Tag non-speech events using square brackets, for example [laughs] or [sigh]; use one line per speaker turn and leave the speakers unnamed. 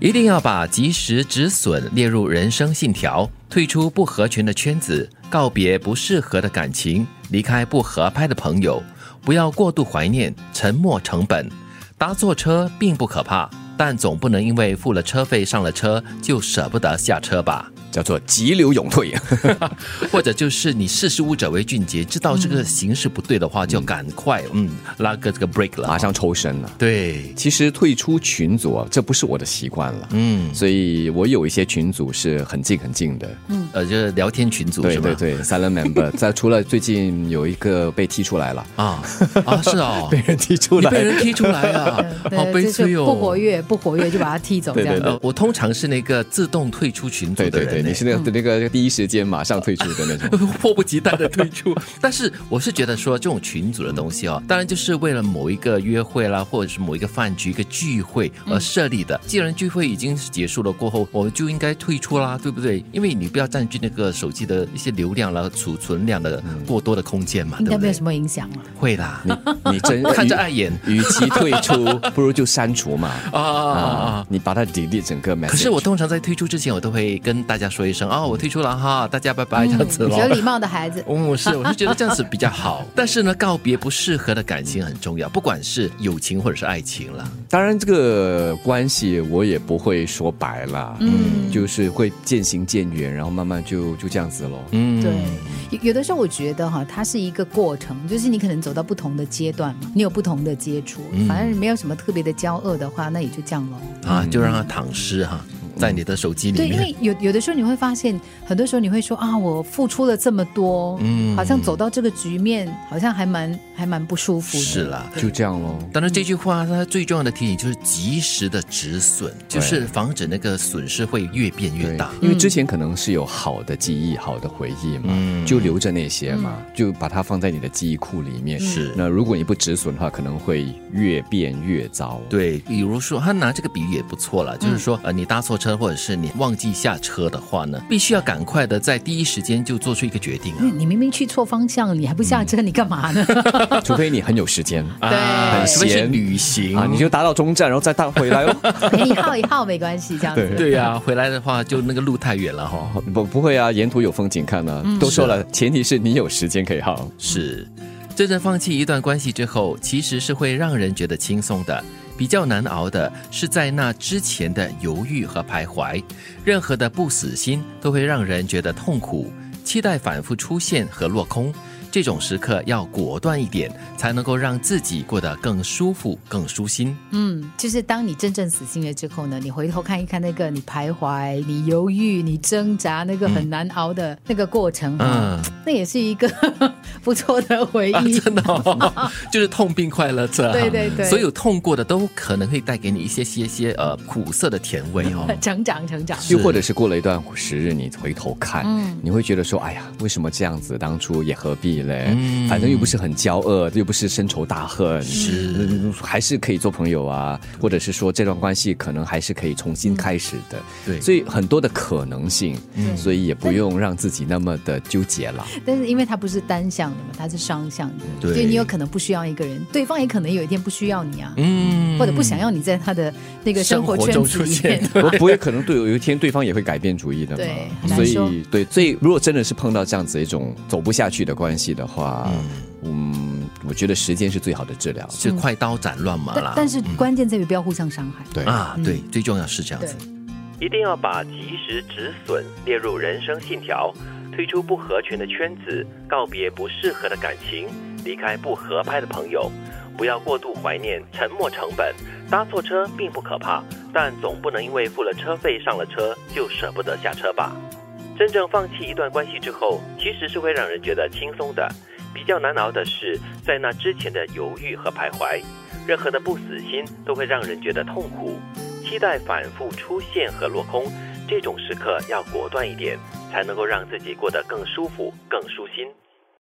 一定要把及时止损列入人生信条，退出不合群的圈子，告别不适合的感情，离开不合拍的朋友，不要过度怀念，沉没成本。搭错车并不可怕，但总不能因为付了车费上了车就舍不得下车吧？
叫做急流勇退。 [laughs]
或者就是你识时务者为俊杰，知道这个形势不对的话，就赶快嗯拉个这个 break 了，啊
马上抽身了。
对，
其实退出群组啊，这不是我的习惯了，
嗯
所以我有一些群组是很近很近的。
呃，就是聊天群组
对
是吗？
对对，silent member，在除了最近有一个被踢出来了，
啊啊是哦，
[laughs] 被人踢出
你
来
被人踢出来 [laughs] 啊，好
对
悲
就是
催哦。
不活跃，不活跃就把他踢
[laughs]
走，这
对
样
对
呃，我通常是那个自动退出群组
对
的
对
人
对，
欸，
你是那个那个第一时间马上退出的那种。
[laughs] 迫不及待的退出。但是我是觉得说这种群组的东西
嗯
哦，当然就是为了某一个约会啦，或者是某一个饭局、一个聚会而设立的。既然聚会已经结束了过后，我们就应该退出啦，对不对？因为你不要占据那个手机的一些流量啦、储存量的过多的空间嘛，
应
对
该
不
没有
对？
什么影响
[laughs]
了。
会啦，
嗯你真
看着碍
[laughs]
眼
与与其退出，不如就删除嘛。
啊
啊，。你把它 delete 整个 message。
可是我通常在退出之前，我都会跟大家说一声啊、我退出了哈，大家拜拜这样子
嗯比
咯。[laughs]
较礼貌的孩子，
嗯，是，我是觉得这样子比较好。但是呢，告别不适合的感情很重要，不管是友情或者是爱情了。
当然，这个关系我也不会说白了，嗯，就是会渐行渐远，然后慢慢就就这样子咯。
嗯，
对，有有的时候我觉得哈，它是一个过程，就是你可能走到不同的阶段嘛，你有不同的接触，
嗯
反正没有什么特别的交恶的话，那也就这样咯。
啊，就让它躺尸哈，在你的手机
对，
里
因
面。
为有有的时候你会发现，很多时候你会说啊，我付出了这么多，嗯，好像走到这个局面，好像还蛮还蛮不舒服的。
是啦。
就这样咯。
当然，这句话它最重要的提醒就是及时的止损，就是防止那个损失会越变越
对
大。，
因为之前可能是有好的记忆、好的回忆嘛，
嗯
就留着那些嘛，就把它放在你的记忆库里面。
是
那如果你不止损的话，可能会越变越糟。，
对，比如说他拿这个比喻也不错了，就是说呃，你搭错车或者是你忘记下车的话呢，必须要赶快的在第一时间就做出一个决定啊。
嗯你明明去错方向，你还不下车，你干嘛
[laughs]
呢？
除非你很有时间
对
嗯啊除非是
闲
旅行
啊，你就搭到中站，然后再搭回来
[laughs]
哦。
陪你耗一耗没关系，这样子。
对呀、 [laughs] 回来的话就那个路太远了哈、
不不会啊，沿途有风景看呢、
嗯
都说了，前提是你有时间可以耗。
是，真正放弃一段关系之后，其实是会让人觉得轻松的。比较难熬的是在那之前的犹豫和徘徊，任何的不死心都会让人觉得痛苦，期待反复出现和落空。这种时刻要果断一点，才能够让自己过得更舒服、更舒心。
嗯，就是当你真正死心了之后呢，你回头看一看那个你徘徊、你犹豫、你挣扎那个很难熬的那个过程，嗯，
嗯，
那也是一个 [laughs] 不错的回 [laughs]
啊，
忆。
真的、哦， [laughs] 就是痛并快乐着。
对对对
所有痛过的都可能会带给你一些些些呃苦涩的甜味哦。
成长，成长，
又或者是过了一段时日，你回头看，你会觉得说，哎呀，为什么这样子？当初也何必嘞？
嗯
反正又不是很骄恶，又不是深仇大恨，是还是可以做朋友啊，或者是说这段关系可能还是可以重新开始的。
对
所以很多的可能性，所以也不用让自己那么的纠结了。 [laughs]
但是因为它不是单向的嘛，它是双向的，
对
所以你有可能不需要一个人，对方也可能有一天不需要你啊，
嗯
或者不想要你在他的那个生活圈子里面。
不不会，可能对有一天对方也会改变主意的
对
嘛。
很难
所
说
以对，所以如果真的是碰到这样子一种走不下去的关系的话，嗯，我觉得时间是最好的治疗。
是快刀斩乱麻
[laughs] 嗯但
啦。嗯
但是嗯关键在于不要互相伤害。
对
啊，对，最重要是这样子。
一定要把及时止损列入人生信条，退出不合群的圈子，告别不适合的感情，离开不合拍的朋友，不要过度怀念沉没成本。搭错车并不可怕，但总不能因为付了车费上了车就舍不得下车吧。真正放弃一段关系之后，其实是会让人觉得轻松的。比较难熬的是在那之前的犹豫和徘徊，任何的不死心都会让人觉得痛苦。期待反复出现和落空，这种时刻要果断一点，才能够让自己过得更舒服、更舒心。